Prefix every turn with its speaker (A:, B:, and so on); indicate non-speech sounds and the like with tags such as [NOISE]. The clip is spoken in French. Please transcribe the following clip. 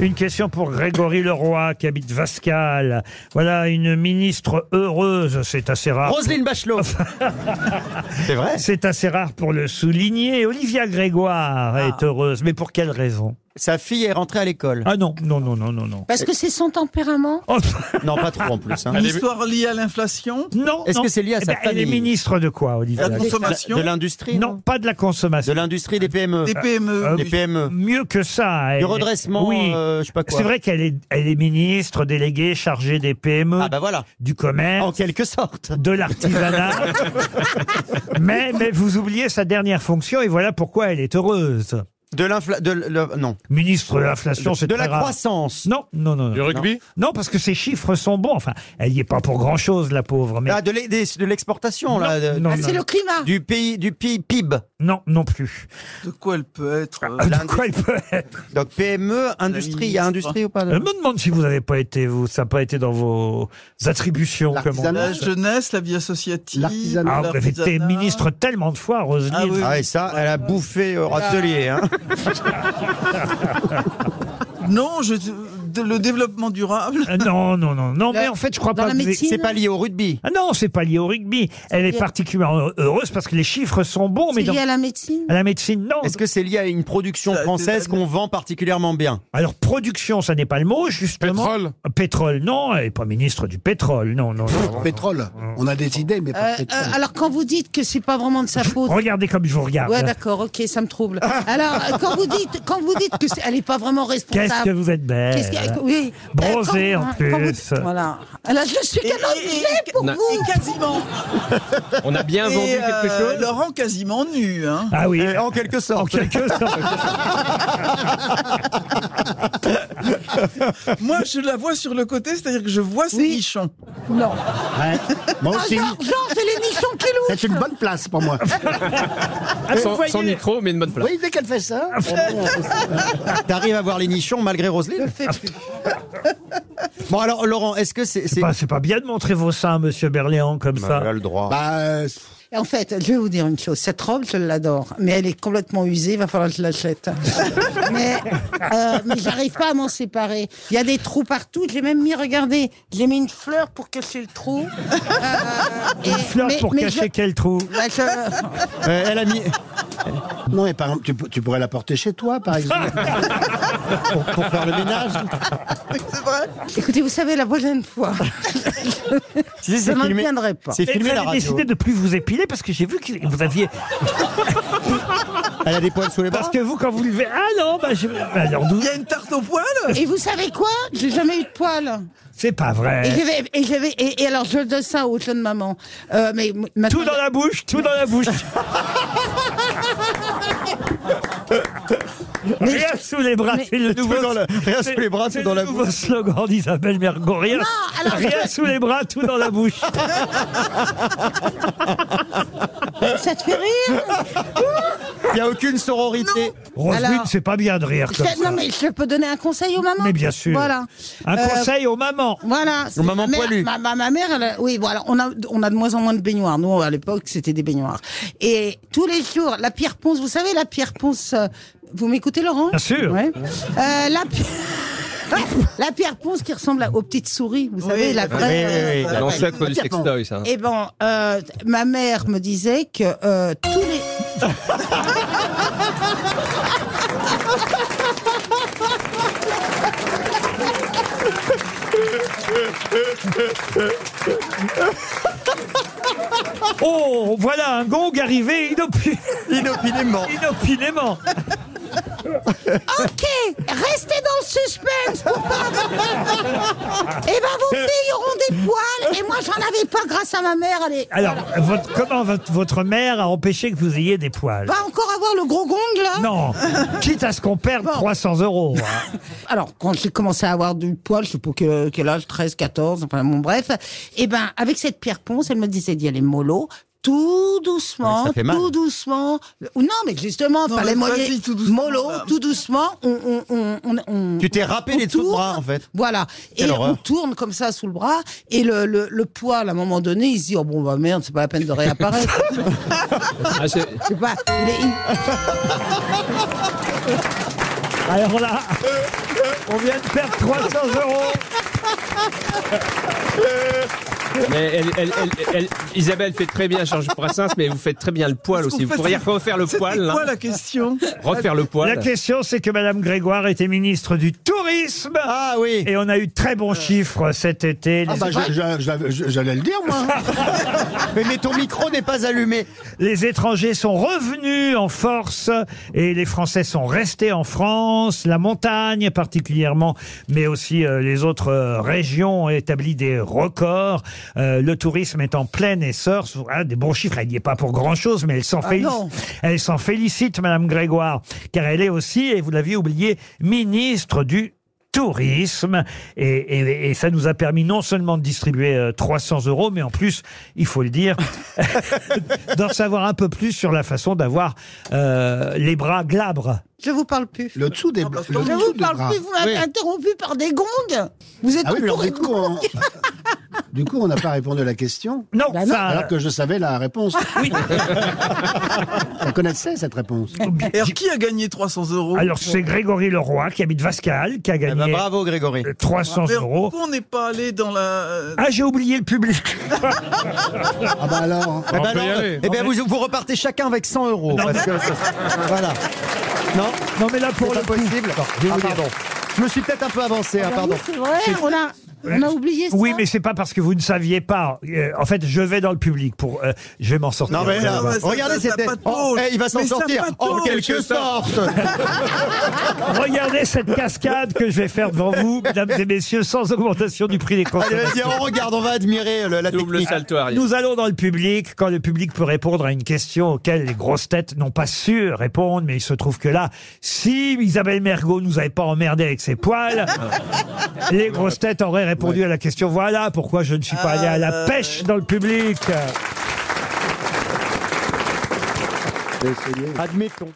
A: Une question pour Grégory Leroy qui habite Vascal. Voilà une ministre heureuse, c'est assez rare.
B: Roselyne Bachelot. C'est vrai.
A: Ah. [LAUGHS] C'est assez rare pour le souligner. Olivia Grégoire
B: Ah.
A: est heureuse, mais pour quelle raison
B: Sa fille est rentrée à l'école.
A: Ah non, non, non, non, non, non.
C: Parce que c'est son tempérament
A: Oh,
B: Non, pas trop en plus. hein.
D: Une histoire liée à l'inflation
A: non,
B: Est-ce
A: non.
B: que c'est lié à
A: Eh
B: sa
A: ben, Elle est
B: famille
A: ministre de quoi, Olivia
D: La
A: Grégoire
D: consommation
B: De l'industrie
A: Non, pas de la
B: De
A: consommation.
B: l'industrie des PME.
D: Des PME
A: euh,
B: Des PME.
A: Mieux que ça.
B: Du
A: elle-
B: redressement,
A: Eh, Oui.
B: euh, je sais pas quoi.
A: C'est vrai qu'elle est, elle est ministre, déléguée, chargée des PME,
B: Ah bah voilà.
A: du
B: En
A: commerce,
B: quelque sorte.
A: de l'artisanat. mais, mais vous oubliez sa dernière fonction et voilà pourquoi elle est heureuse.
B: De l'inflation. De le- non.
A: Ministre de l'inflation, c'est
B: De la
A: très rare.
B: croissance.
A: Non, non, non,
E: Du
A: non.
E: rugby
A: Non, parce que ses chiffres sont bons. Enfin, elle y est pas pour grand chose, la pauvre. Mais
B: Ah, de l'e- des- de l'exportation, là. de-
A: non,
C: Ah,
A: non,
C: C'est le climat
B: Du pays, du PI- PIB.
A: non, non plus.
D: De quoi elle peut être euh,
A: ah, De quoi elle peut être
B: Donc PME, industrie. Il y a industrie ou pas
A: Je me demande si vous n'avez pas été, vous, ça n'a pas été dans vos attributions. comme on dit.
D: La jeunesse, la vie associative,
A: Ah, vous avez été
D: l'artisanat.
A: ministre tellement de fois, Roselyne.
D: Ah oui.
B: Ah, et ça, elle a bouffé au râtelier. Hein.
D: Non, je- de- le développement durable.
A: Euh, Non, non, non, non, mais
C: La-
A: en fait, je crois
C: dans
A: pas.
C: la
A: que vous ayez-
C: médecine
B: C'est pas lié au rugby.
A: Ah non, c'est pas lié au rugby. Elle est
C: lié-
A: particulièrement heureuse parce que les chiffres sont bons, mais
C: C'est
A: dans...
C: lié à
A: à
C: la médecine
A: la médecine, non.
B: Est-ce que c'est lié à une production
D: Ça, c'est-
B: française qu'on vend particulièrement bien
A: Alors production, ça n'est pas le mot, justement.
E: Pétrole.
A: Pétrole, non. Elle est pas ministre du pétrole, non, non.
C: [LAUGHS]
A: non.
F: Pétrole. On a des idées, mais pas
C: Euh,
F: de pétrole.
C: euh, Alors quand vous dites que c'est pas vraiment
A: [LAUGHS]
C: de sa faute...
A: Regardez comme je vous regarde.
C: Ouais d'accord, ok, ça me
A: [LAUGHS]
C: trouble. Alors euh, quand vous dites, quand vous dites que c'est- elle est pas vraiment responsable...
A: Qu'est-ce que vous êtes belle.
C: Qu'est-ce qu'il y a- oui.
A: Bronzée,
C: Euh, quand-
A: en
C: hein, quand vous-
A: plus.
C: Voilà. Alors, je suis quel objet pour
G: Non.
C: vous
D: quasiment.
G: On a bien vendu
D: Et,
G: quelque
D: euh,
G: chose.
D: Laurent quasiment nu. Hein.
A: Ah oui.
B: Et En quelque
A: En
B: [LAUGHS] sorte.
A: quelque sorte.
D: Moi, je la vois sur le côté, c'est-à-dire que je vois ses
C: Oui.
D: nichons.
C: Non.
F: Ouais. Moi
C: Ah,
F: aussi.
C: genre, genre, c'est les nichons qui louent.
F: C'est une bonne place pour moi.
G: Ah, sans, sans micro, mais une bonne place.
F: Oui, dès qu'elle fait ça.
B: T'arrives à voir les nichons malgré Roselyne Bon alors Laurent, est-ce que c'est...
A: C'est pas, Bah, c'est pas bien de montrer vos seins, monsieur Berléand, comme ça.
B: le droit.
F: Bah, euh,
C: En fait, je vais vous dire une chose. Cette robe, je l'adore, mais elle est complètement usée. Il va falloir que
A: [LAUGHS]
C: je l'achète. mais euh, mais j'arrive pas à m'en séparer. Il y a des trous partout. J'ai même mis, regardez, j'ai mis une fleur pour cacher le trou. Euh, et-
A: Une fleur
C: mais-
A: pour
C: mais
A: cacher quel trou
C: je- bah, je-
B: euh, elle a mis...
F: [LAUGHS] non, mais par exemple, tu, tu pourrais la porter chez toi, par
B: [LAUGHS]
F: exemple.
B: Pour, pour faire le ménage
C: Écoutez, vous savez, la prochaine fois,
B: Si,
C: je
B: c'est
C: ne m'en
B: filmé,
C: viendrai pas.
B: c'est
A: Et vous
B: filmé la
A: avez
B: radio.
A: décidé de plus vous épiler parce que j'ai vu que vous aviez.
B: Elle a des poils sous les bras
A: Parce que vous, quand vous levez. Ah non, bah je. bah alors, d'où-
D: Il y a une tarte au poil
C: Et vous savez quoi J'ai jamais eu de poils.
A: C'est pas
C: Et,
A: vrai.
C: j'avais- et, j'avais- et, et alors, je donne ça aux jeunes mamans. Euh, mais m- maintenant-
A: Tout dans la bouche, tout dans la bouche. Rien sous les bras, c'est le nouveau.
B: dans la- rien sous
A: c'est-
B: les bras, tout
A: c'est
B: dans
A: le
B: la
A: nouveau slogan d'Isabelle Mergorien.
C: alors,
A: Rien sous les bras, tout dans la bouche.
C: Ça te fait rire
B: Il n'y a aucune sororité.
A: Roselyne,
C: Alors-
A: c'est pas bien de rire comme
C: Je-
A: ça.
C: Non, mais je peux donner un conseil aux mamans
A: Mais bien sûr.
C: Voilà.
A: Un
C: Euh,
A: conseil aux mamans.
C: Voilà. c'est-
B: maman
C: ma mère-
B: poilue.
C: Ma, ma- ma mère, elle a- oui, voilà, on a, on a de moins en moins de baignoires. Nous, à l'époque, c'était des baignoires. Et tous les jours, la pierre ponce, vous savez, la pierre ponce, euh, vous m'écoutez, Laurent
A: Bien sûr.
C: Ouais. Euh, la, pi- [LAUGHS] la pierre ponce qui ressemble à- aux petites souris, vous savez, la
B: Oui,
C: vraie. euh,
B: oui, oui.
G: Non, c'est à cause du sextoy,
B: hein.
G: ça.
C: Eh ben, euh, ma mère me disait que euh, tous
B: [LAUGHS]
C: les.
A: Oh, voilà un gong arrivé inopi- [LAUGHS]
B: Inopinément.
A: inopinément.
C: Ok, restez dans le suspense pour pas. [LAUGHS] Eh ben,
B: [LAUGHS]
C: vos filles auront des poils et moi j'en avais pas grâce à ma mère. Allez,
A: Alors, votre, comment votre, votre mère a empêché que vous ayez des poils
C: va encore avoir le gros gong là.
A: Non, quitte à ce qu'on perde 300 euros. hein.
C: Alors, quand j'ai commencé à avoir du poil, je sais pas quel, quel âge, 13, 14, enfin bon, bref. Eh ben, avec cette pierre ponce, elle me disait d'y aller mollo. Tout doucement,
B: Mais ça fait mal.
C: tout doucement. Ou Non, mais justement,
D: Non,
C: fallait
D: mais
C: mollo,
D: vas-y, tout doucement,
C: mollo,
D: là.
C: tout doucement. On, on, on, on, on-
B: Tu t'es râpé
C: on
B: les dessous de
C: tourne.
B: bras en fait.
C: Voilà.
B: Quelle
C: et on
B: horreur.
C: tourne comme ça sous le bras. Et le, le, le poil, à un moment donné, il se dit Oh bon, bah merde, c'est pas la peine
B: [LAUGHS]
C: de réapparaître.
G: Ah, c'est-
C: Je sais pas. Il est- il-
A: Alors là, on vient de perdre 300 euros.
G: Mais elle- elle- elle- elle- Isabelle fait très bien Georges Brassens, mais vous faites très bien le poil
D: Parce
G: aussi.
D: qu'en
G: Vous
D: fait,
G: pourriez refaire le
D: C'était
G: poil, hein. là.
D: quoi la question
G: Refaire le
A: La
G: poil.
A: question, c'est que Madame Grégoire était ministre du Tourisme.
B: Ah oui.
A: Et on a eu de très bons chiffres cet été.
F: Ah
A: Les,
F: bah, je- je- je l'avais- je- j'allais le dire, moi.
B: [LAUGHS] Mais, mais ton micro n'est pas allumé.
A: les étrangers sont revenus en force et les Français sont restés en France. La montagne particulièrement, mais aussi euh, les autres euh, régions ont établi des records. Euh, le tourisme est en pleine essor. Voilà, des bons chiffres, elle n'y est pas pour grand-chose, mais elle s'en
C: non.
A: félicite. Elle s'en félicite, Madame Grégoire, car elle est aussi, et vous l'aviez oublié, ministre du tourisme. Et, et- et ça nous a permis non seulement de distribuer euh, 300 euros, mais en plus, il faut le dire, [LAUGHS] d'en savoir un peu plus sur la façon d'avoir euh, les bras glabres.
C: Je vous parle plus.
F: Le dessous des.
C: Ah bah, Je
F: le dessous
C: vous
F: des
C: parle
F: bras.
C: plus, vous m'avez
F: Oui.
C: interrompu par des gongs. Vous êtes
F: Ah oui, mais alors,
C: entouré
F: du
C: de
F: coup, on... [LAUGHS] du coup, on n'a pas répondu à la question.
A: Non,
C: Bah non.
A: ça,
F: Alors que je savais la réponse.
C: Ah.
F: Oui. [LAUGHS] On connaissait cette réponse.
D: Et alors, qui a gagné 300 euros
A: euh, [LAUGHS] alors c'est Grégory Leroy qui habite Vascal qui a
B: Eh ben,
A: gagné
B: bravo Grégory.
A: euh, 300
D: Mais alors,
A: euros.
D: Pourquoi on n'est pas allé dans la.
A: Ah, j'ai oublié le public. [LAUGHS]
F: Ah bah alors.
B: Eh ben,
G: peut y
B: alors,
G: aller.
B: eh ben, vous, vous repartez chacun avec 100 euros. parce que ça- voilà. Non,
A: Non, mais là, pour le
B: c'est pas
A: coup,
B: possible.
F: je vais
B: Ah,
F: vous dire.
B: pardon. Je me suis peut-être un peu avancé, hein,
C: Ah
B: pardon.
C: oui, C'est vrai, on a, on a oublié ça.
A: Oui, mais c'est pas parce que vous ne saviez pas. Euh, en fait, je vais dans le public pour. euh, je vais m'en sortir.
B: Non mais
A: Vous allez
B: là,
A: voir.
D: ouais, ça-
B: regardez,
D: ça- ça
B: c'était.
D: pas de
B: Oh,
D: taupe.
B: eh, il va s'en
D: Mais ça
B: sortir
D: pas de
B: en
D: taupe,
B: quelque
D: que ça.
B: sorte.
A: Regardez cette cascade que je vais faire devant vous, mesdames et messieurs, sans augmentation du prix des
B: Allez,
A: consommateurs.
B: vas-y, on regarde, on va admirer le- la
G: Double
B: technique.
G: salto arrière.
A: Nous allons dans le public quand le public peut répondre à une question auquel les grosses têtes n'ont pas su répondre, mais il se trouve que là, si Isabelle Mergot nous avait pas emmerdé avec ses
B: [LAUGHS]
A: poils, les grosses têtes auraient répondu à la question. Voilà pourquoi je ne suis pas allé à
B: Euh.
A: la pêche dans le public.
F: J'ai essayé.
B: Admettons.